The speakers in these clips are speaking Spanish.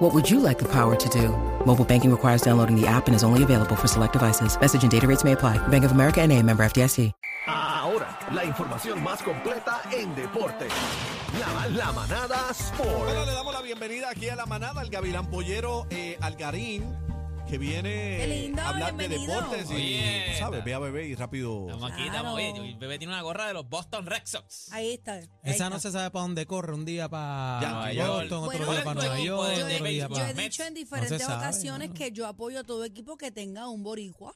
What would you like the power to do? Mobile banking requires downloading the app and is only available for select devices. Message and data rates may apply. Bank of America and a member FDIC. Ahora, la información más completa en deporte. La, la manada Bueno, Sport. le damos la bienvenida aquí a la manada, al Gavilán Pollero eh, Algarín, que viene Qué lindo, a hablar bienvenido. de deportes. Oye, y, ¿Sabes? está. Ve a bebé y rápido. Estamos aquí, Claro. estamos. Oye, yo- bebé tiene una gorra de los Boston Red Sox. Ahí está. ahí Esa está. no se sabe para dónde corre. Un día Ya, para Nueva Boston, York. otro Bueno, día para Nueva este yo- York, yo- otro día yo- Yo para. he dicho en diferentes No se sabe, ocasiones ¿no? que yo apoyo a todo equipo que tenga un boricua.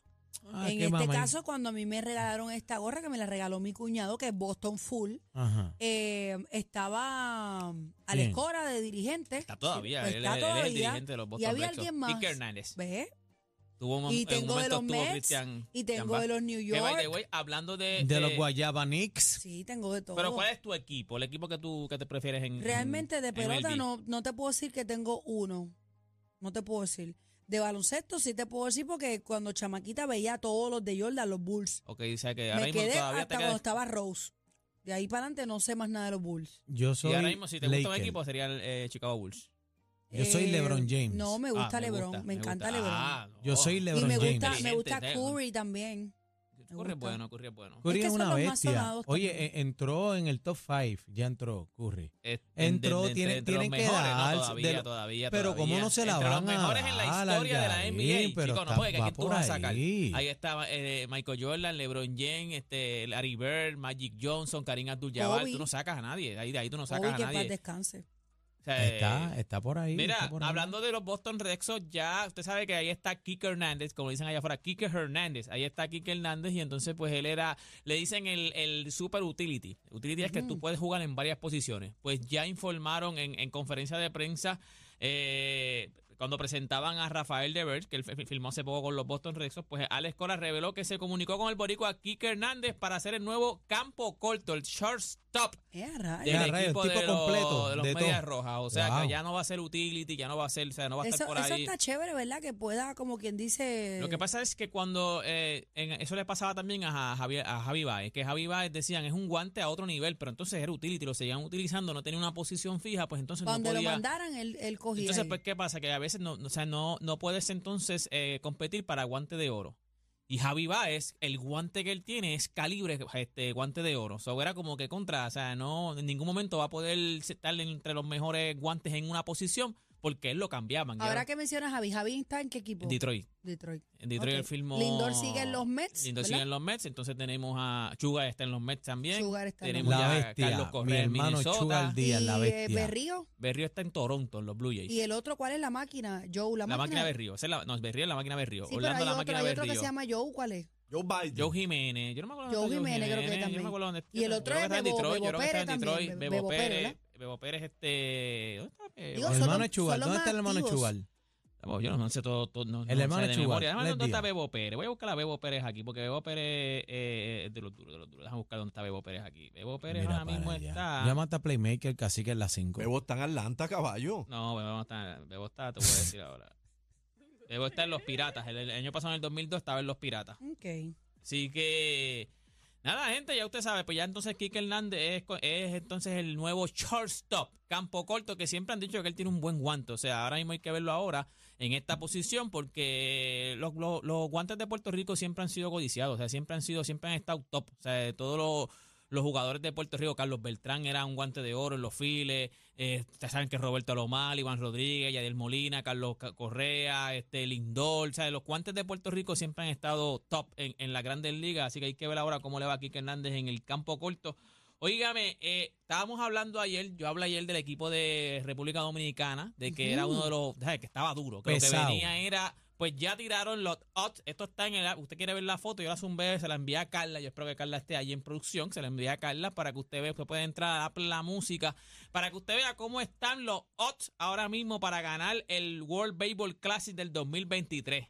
Ah, en qué este mamey. caso, cuando a mí me regalaron esta gorra que me la regaló mi cuñado, que es Boston Full, Ajá. eh, estaba um, Alex Bien. Cora de dirigente. Está todavía. Pues él, está él- él es el todavía. dirigente de los Boston y había Red Sox. alguien más. Dick Hernández. ¿Ves? Tuvo un, Y en un tengo de momento los estuvo Mets, Christian Y tengo Jamba. de los New Que, by the York. way, hablando de. De los Guayaba Knicks. Sí, tengo de todo. Pero ¿cuál es tu equipo? ¿El equipo que tú que te prefieres en. en- Realmente de Mm, en pelota MLB? no, no te puedo decir que tengo uno. No te puedo decir. De baloncesto sí te puedo decir porque cuando chamaquita veía a todos los de Jordan, los Bulls. Ok, o sea que Eh, ahora Me mismo quedé todavía te hasta cuando quedas. estaba Rose. De ahí para adelante no sé más nada de los Bulls. Yo soy. Y ahora mismo, si te gusta un Laker. equipo, sería el eh, Chicago Bulls. Yo soy LeBron James. Eh, No, me gusta Ah, LeBron. gusta, me encanta gusta. LeBron. Ah, no. Yo soy y LeBron me James. gusta, me James. gusta Inteligente, Curry también. me Curry es gusta. bueno, Curry es bueno. Curry Es es, que son una los más bestia. sonados Oye, también. e- entró en el top 5. Ya entró Curry. Es- Entró, de- de- tiene- entre los tienen que mejores, dar- No, todavía, de lo- todavía, pero todavía. ¿cómo no se la Entre van los a mejores en la dar, historia de la Algarín? NBA, Pero chico, no está- puede, que va aquí tú por vas a sacar. ahí. Ahí estaba eh, Michael Jordan, LeBron James, este, Larry Bird, Magic Johnson, Karim Abdul-Jabbar, Kobe. tú no sacas a nadie, ahí de ahí tú no sacas Uy, que a paz nadie. descanse. O sea, está, eh, está por ahí. Mira, está por ahí. hablando de los Boston Red Sox, ya usted sabe que ahí está Kike Hernández, como dicen allá afuera, Kike Hernández. Ahí está Kike Hernández y entonces pues él era, le dicen el, el super utility. Utility es que tú puedes jugar en varias posiciones. Pues ya informaron en, en conferencia de prensa eh, cuando presentaban a Rafael Devers, que él fi- firmó hace poco con los Boston Red Sox, pues Alex Cora reveló que se comunicó con el boricua Kike Hernández para hacer el nuevo campo corto, el shortstop Eh, a del rayos. Ya, rayos, equipo tipo de los, completo, de los de medias todo. rojas. O sea, que Wow. ya no va a ser utility, ya no va a ser, o sea, no va a estar Eso, por eso ahí. está chévere, ¿verdad? Que pueda, como quien dice... Lo que pasa es que cuando eh, en- eso le pasaba también a Javi, a Javi Baez, que Javi Baez decían es un guante a otro nivel, pero entonces era utility, lo seguían utilizando, no tenía una posición fija, pues entonces cuando no lo podía. mandaran, él, él cogía Entonces, ahí. pues, ¿qué pasa? Que a veces no, o sea, no, no puedes entonces eh, competir para guante de oro. Y Javi Baez, el guante que él tiene es calibre este guante de oro. O sea, era como que contra, o sea, no, en ningún momento va a poder estar entre los mejores guantes en una posición porque él lo cambiaban. Y Ahora ahora- que mencionas a Javi, Javi está en qué equipo? en Detroit. Detroit. En Detroit Ok. él firmó- Lindor sigue en los Mets. Lindor sigue ¿verdad? en los Mets, entonces tenemos a Chuga está en los Mets también. Sugar está en los tenemos La ya a bestia. Carlos mi Correa en hermano Minnesota. Chugal Díaz, la y eh, bestia. Berrío. Berrío está en Toronto, en los Blue Jays. Y el otro, ¿cuál es la máquina? Joe, la, la máquina Berrío. Esa es la- no, Berrío es la máquina Berrío. Sí, Orlando pero hay, la otro, máquina hay otro que Berrío. se llama Joe, ¿cuál es? Joe Biden. Joe Jiménez. Yo no me acuerdo. Joe dónde está Jiménez, creo que Yo no también. me acuerdo dónde está. Y el Yo otro creo que es está en Bebo- Detroit, yo Bebo creo que está en Pérez Detroit. también, Bebo Bebo Pérez, Pérez. ¿verdad? Bebo Pérez, este. ¿Dónde está? Bebo? Digo, el son hermano los- Chugal. son los ¿Dónde más está el hermano activos. Chugal? Vamos, Yo no, no sé todo, todo- no, El no hermano sé de Chugal, memoria. Además, les ¿dónde está digo. Bebo Pérez? Voy a buscar a Bebo Pérez aquí, porque Bebo Pérez eh, es de los duros, de los duros. Déjame buscar dónde está Bebo Pérez aquí. Bebo Pérez Mira ahora mismo para allá. está. Llama hasta Playmaker, cacique en las 5. Bebo está en Atlanta, caballo. No, Bebo no está. Bebo está, te voy a decir ahora. Bebo está en los Piratas. El, el año pasado, en el 2002, estaba en los Piratas. Ok. Así que. Nada, gente, ya usted sabe, pues ya entonces Kike Hernández es, co- es entonces el nuevo shortstop, campo corto, que siempre han dicho que él tiene un buen guante. O sea, ahora mismo hay que verlo ahora en esta posición porque los, los- los guantes de Puerto Rico siempre han sido codiciados, o sea, siempre han sido, siempre han estado top. O sea, de todos los, los jugadores de Puerto Rico, Carlos Beltrán era un guante de oro en los files, eh, ustedes saben que Roberto Alomal, Iván Rodríguez, Yadiel Molina, Carlos Ca- Correa, este Lindor, o sea, los guantes de Puerto Rico siempre han estado top en, en las grandes ligas, así que hay que ver ahora cómo le va a Kike Hernández en el campo corto. Oígame, eh, estábamos hablando ayer, yo hablé ayer del equipo de República Dominicana, de que era uno de los, ¿sabes? que estaba duro, que lo Pesado. que venía era, pues ya tiraron los odds, esto está en el, usted quiere ver la foto, yo la zumbé, se la envié a Carla, yo espero que Carla esté allí en producción, se la envié a Carla para que usted vea, usted puede entrar a Apple la música, para que usted vea cómo están los odds ahora mismo para ganar el World Baseball Classic del 2023.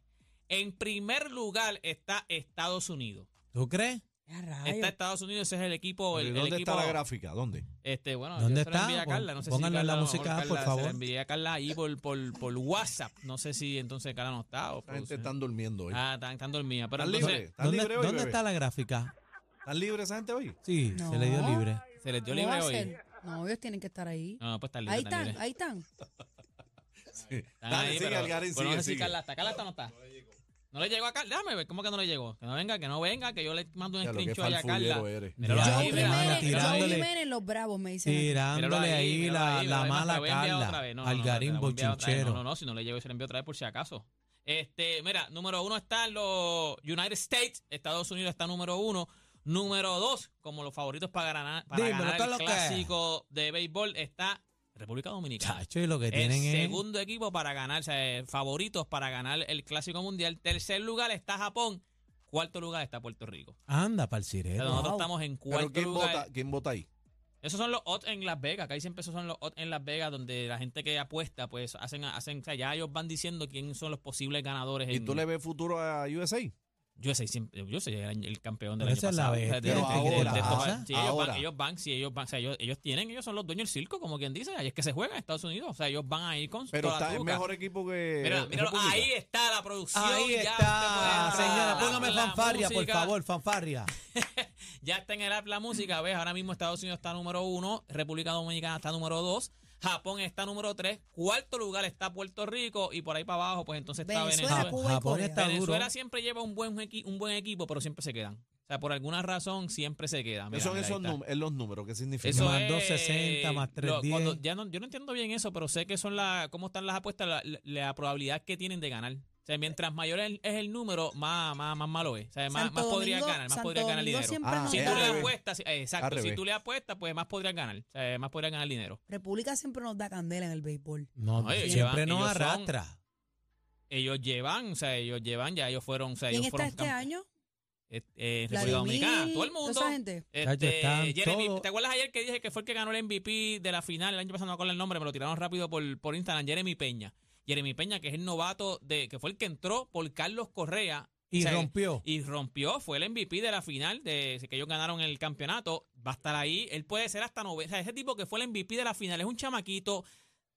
En primer lugar está Estados Unidos. ¿Tú crees? Ya rayos. Está Estados Unidos, ese es el equipo. ¿Y El, el ¿Dónde equipo, está la gráfica? ¿Dónde? Este, bueno, ¿Dónde yo se la está? envié a Pon- Carla, no sé si pónganle Carla, la a lo mejor música, por Carla se la favor. envié a Carla ahí por, por, por WhatsApp. No sé si entonces Carla no está. La O gente producción. están durmiendo hoy. Ah, están, están dormidas. Pero ¿Están entonces, libres? ¿Están ¿Dónde, libres hoy, dónde bebé? está la gráfica? ¿Están libres esa gente hoy? Sí, se le dio No. libre. se les dio ¿Cómo va libre a hoy. ser? No, ellos tienen que estar ahí. No, pues están libres. ahí están, libres. ahí están. Están Dale, ahí, sigue, pero- Algarín, pero no sigue, sé si sigue. Carla está. Carla está o no está. No le llegó a Carla. Déjame ver, ¿cómo que no le llegó? Que no venga, que no venga, que yo le mando un Ya, lo que screenshot ahí a Carla. falfullero eres. Míralo Ya, ahí, Joe te míralo van ahí, Jiménez, míralo ahí. Joe tirándole- Jiménez, los bravos, me dicen. aquí. Míralo Tirándole ahí, míralo la, ahí, la míralo ahí, te mala la voy a enviar otra Carla vez. No, no, no, al te garín la voy a enviar otra vez. bochinchero. No, no, no, si no le llego, se la envío otra vez por si acaso. Este, mira, número uno están los United States, Estados Unidos está número uno. Número dos, como los favoritos para ganar, para Dímelo, ganar ¿qué es el lo que es? clásico de béisbol, está República Dominicana. Chacho, y lo que El tienen es... segundo equipo para ganar, o sea, eh, favoritos para ganar el Clásico Mundial. Tercer lugar está Japón. Cuarto lugar está Puerto Rico. Anda, O sea, parcirero. nosotros Wow. estamos en ¿Pero cuarto quién lugar. vota, quién vota ahí? Esos son los odds en Las Vegas. Acá siempre esos son los odds en Las Vegas donde la gente que apuesta, pues hacen, hacen, o sea, ya ellos van diciendo quién son los posibles ganadores. ¿Y en- tú le ves futuro a USA? Yo sé, siempre, yo sé, era el, el campeón del Pero año esa es la pasado. de- bestia, ¿qué de- de- de- ahora? de- de- Ahora. sí, ellos van, Ahora. ellos van, sí, ellos van, o sea, ellos, ellos tienen, ellos son los dueños del circo, como quien dice, ahí es que se juega en Estados Unidos, o sea, ellos van ahí con Pero toda la está el tuca. mejor equipo que. Mira, míralo, República. ahí está la producción. Ahí ya está, usted puede entrar. Ah, señora, La- póngame la fanfarria, por música, favor, fanfarria. Ya está en el app la música, ves, ahora mismo Estados Unidos está número uno, República Dominicana está número dos, Japón está número tres, cuarto lugar está Puerto Rico y por ahí para abajo, pues entonces está Venezuela, Venezuela. Cuba y Japón Corea. está duro. Venezuela siempre lleva un buen, equi- un buen equipo, pero siempre se quedan. O sea, por alguna razón siempre se quedan. ¿Qué Mira, son mira, ahí esos está. num- es los números? ¿Qué significa? Eso Más es, 260, más lo- cuando- 310. ya no, yo no entiendo bien eso, pero sé que son la, cómo están las apuestas, la, la- la probabilidad que tienen de ganar. O sea, mientras mayor es el, es el número, más, más, más malo es. O sea, más, Santo más podrías Domingo- ganar, más Santo podrías ganar Domingo dinero. siempre Ah, nos Si es tú al le da, revés. apuestas, eh, Al exacto, si revés. tú le apuestas, pues más podrías ganar, o sea, más podrías ganar dinero. República siempre nos da candela en el béisbol. No, No, ellos siempre llevan- nos ellos son- arrastra. Ellos llevan, o sea, ellos llevan, ya ellos fueron, o sea, ¿Quién ellos está fueron este camp- año? eh, eh, República Vladimir, Dominicana, todo el toda mundo. Esa gente. Chacho, Este, están Jeremy, todos- ¿te acuerdas ayer que dije que fue el que ganó el MVP de la final el año pasado? No me acuerdo el nombre, me lo tiraron rápido por, por Instagram. Jeremy Peña. Jeremy Peña, que es el novato de, que fue el que entró por Carlos Correa. Y O sea, rompió. Y rompió, fue el MVP de la final de que ellos ganaron el campeonato. Va a estar ahí. Él puede ser hasta noventa. O sea, ese tipo que fue el MVP de la final es un chamaquito.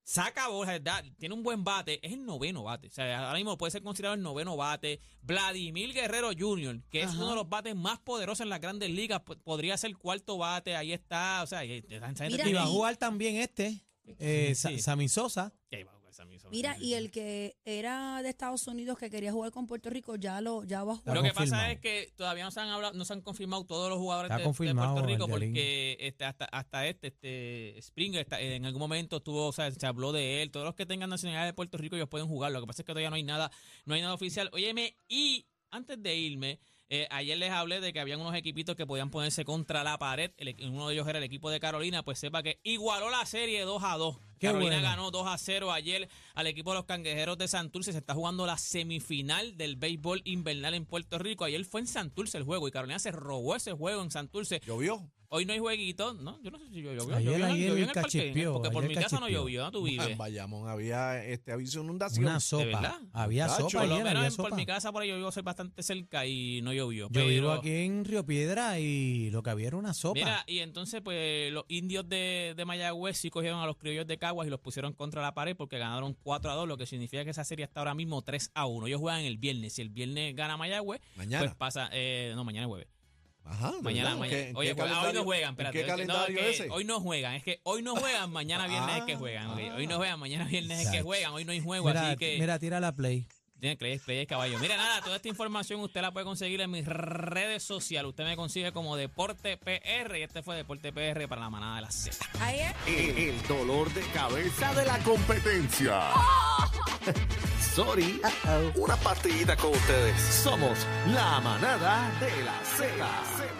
Saca bolas, da- tiene un buen bate, es el noveno bate. O sea, ahora mismo puede ser considerado el noveno bate. Vladimir Guerrero Jr., que es Ajá. uno de los bates más poderosos en las grandes ligas, po- podría ser cuarto bate, ahí está. O sea, y- esa gente Mira, Y tiene- va a ahí- jugar también este, eh, Sa- Sí. Sammy Sosa. Ahí va a jugar Sammy Sosa. Mira, y el que era de Estados Unidos que quería jugar con Puerto Rico ya lo ya va a Está Lo jugar. que confirmado. pasa es que todavía no se han hablado, no se han confirmado todos los jugadores Está de, de confirmado, Puerto Rico Algarín. porque este, hasta, hasta este, este Springer está- en algún momento tuvo, o sea, se habló de él. Todos los que tengan nacionalidad de Puerto Rico ellos pueden jugar. Lo que pasa es que todavía no hay nada, no hay nada oficial. Óyeme, y antes de irme, eh, ayer les hablé de que habían unos equipitos que podían ponerse contra la pared. El equ- uno de ellos era el equipo de Carolina, pues sepa que igualó la serie 2 a 2. Qué Carolina buena. ganó 2 a 0 ayer al equipo de los Cangrejeros de Santurce. Se está jugando la semifinal del béisbol invernal en Puerto Rico. Ayer fue en Santurce el juego y Carolina se robó ese juego en Santurce. ¿Llovió? Hoy no hay jueguito, ¿no? Yo no sé si llovió. llovió, Ayer- llovió en- ayer llovió en el cachispeó, parque, porque por ayer mi casa no cachispeó. llovió, ¿no? Tú Ah, En vives. Bayamón había este aviso de inundación. Una verdad? sopa. Había Chacho, sopa Por lo ayer, había menos en- por sopa. mi casa, por ahí yo vivo soy bastante cerca y no llovió. Yo vivo pero- aquí en Río Piedra y lo que había era una sopa. Mira, y entonces, pues, los indios de, de Mayagüez sí cogieron a los criollos de Caguas y los pusieron contra la pared porque ganaron 4 a 2, lo que significa que esa serie está ahora mismo 3 a 1. Ellos juegan el viernes. Si el viernes gana Mayagüez, pues Mañana. pasa. eh, no, mañana es jueves. Ajá. ¿de Mañana, verdad? mañana. ¿En qué- Oye, en qué juega- hoy no calendario- juegan, ¿en espérate. ¿Qué es que- no, calendario es que ese? Hoy no juegan, es que hoy no juegan, mañana viernes es que Ah, juegan. ok. ah. Hoy no juegan, mañana viernes es que Chacho. juegan. Hoy no hay juego, Mira, así que. mira, tira la play. Tiene que creer, caballo. Mira, nada, toda esta información usted la puede conseguir en mis redes sociales. Usted me consigue como Deporte PR y este fue Deporte PR para la manada de la Z. Ahí es. E, El, el dolor de cabeza de la competencia. Sorry. Una partidita con ustedes. Somos la manada de la Z.